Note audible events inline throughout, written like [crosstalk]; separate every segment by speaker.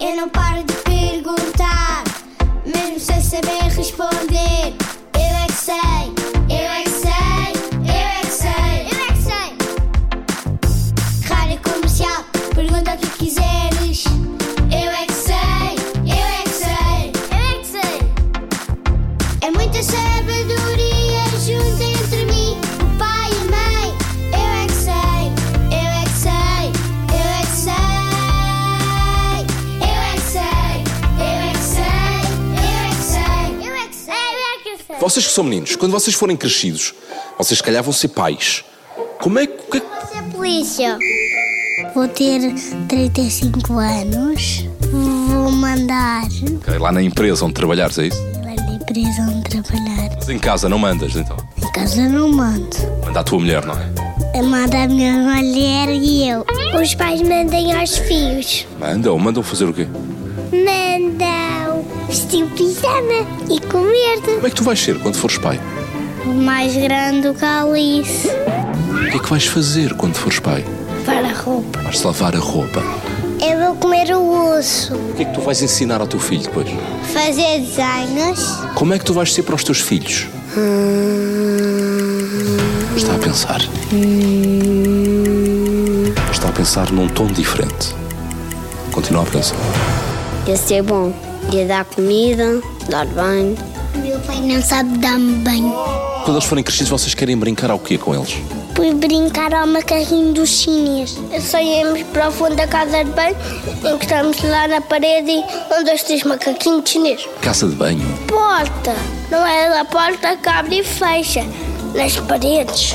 Speaker 1: Eu não paro de perguntar, mesmo sem saber responder. Eu é que sei, eu é que sei, eu é que sei, eu é que sei. Rádio comercial, pergunta o que quiseres. Eu é que sei, eu é que sei, eu é que sei. É muita sabedoria junta entre mim, o pai e a mãe. Eu é que sei, eu é que sei, eu é que sei. Eu é que sei, eu é que sei, eu é que sei. Eu é que sei, eu é que sei.
Speaker 2: Vocês que são meninos, quando vocês forem crescidos, vocês se calhar vão ser pais. Como é que. o que é que-
Speaker 1: Você é polícia.
Speaker 3: Vou ter 35 anos. Vou mandar
Speaker 2: Ok, Lá na empresa onde trabalhares, é isso?
Speaker 3: lá na empresa onde trabalhar.
Speaker 2: Mas em casa não mandas, então.
Speaker 3: Em casa não mando.
Speaker 2: Manda a tua mulher, não é?
Speaker 3: Manda a minha mulher e eu.
Speaker 1: Os pais mandem aos filhos.
Speaker 2: Mandam, mandam fazer o quê?
Speaker 1: Mandam vestir o pijama e comer.
Speaker 2: Como é que tu vais ser quando fores pai?
Speaker 3: Mais grande o calice.
Speaker 2: O que é que vais fazer quando fores pai?
Speaker 3: Para a roupa.
Speaker 2: Vais lavar a roupa.
Speaker 3: Eu vou comer o osso.
Speaker 2: O que é que tu vais ensinar ao teu filho depois?
Speaker 3: Fazer desenhos.
Speaker 2: Como é que tu vais ser para os teus filhos? Hum. Está a pensar. Está a pensar num tom diferente. Continua a pensar.
Speaker 4: Ia ser bom. Ia dar comida, dar banho.
Speaker 3: Meu pai não sabe dar-me banho.
Speaker 2: Quando eles forem crescidos, vocês querem brincar ao quê com eles?
Speaker 3: Fui brincar ao macarrinho dos chinês. Saímos para o fundo da casa de banho, encostamos lá na parede e um, dois, três macaquinhos chinês.
Speaker 2: Casa de banho.
Speaker 3: Porta! Não é da porta que abre e fecha, nas paredes.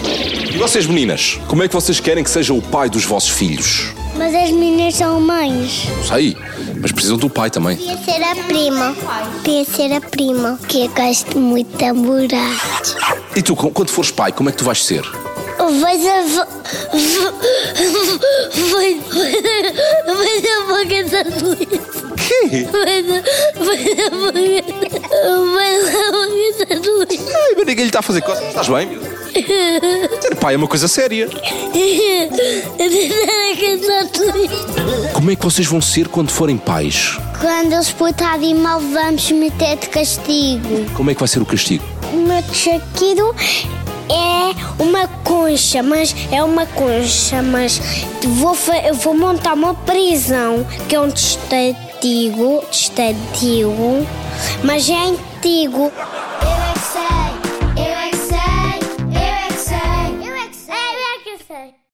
Speaker 2: E vocês, meninas? Como é que vocês querem que seja o pai dos vossos filhos?
Speaker 3: Mas as meninas são mães.
Speaker 2: Não sei, mas precisam do pai também.
Speaker 3: Podia ser a prima. Podia ser a prima, que eu gosto muito de namorar.
Speaker 2: E tu, com- quando fores pai, como é que tu vais ser?
Speaker 3: Vais a. Vais a boca da Luísa.
Speaker 2: Quê?
Speaker 3: Vais a boca da Luísa.
Speaker 2: Ai, mas ninguém lhe está a fazer coisas. Estás bem? miúdo? Ser pai é uma coisa séria. Como é que vocês vão ser quando forem pais?
Speaker 3: [laughs] Quando eles botarem mal, vamos meter de castigo.
Speaker 2: Como é que vai ser o castigo?
Speaker 3: O meu castigo é uma concha, mas é uma concha, mas vou, fa- eu vou montar uma prisão, que é um testatigo, testatigo, mas é antigo.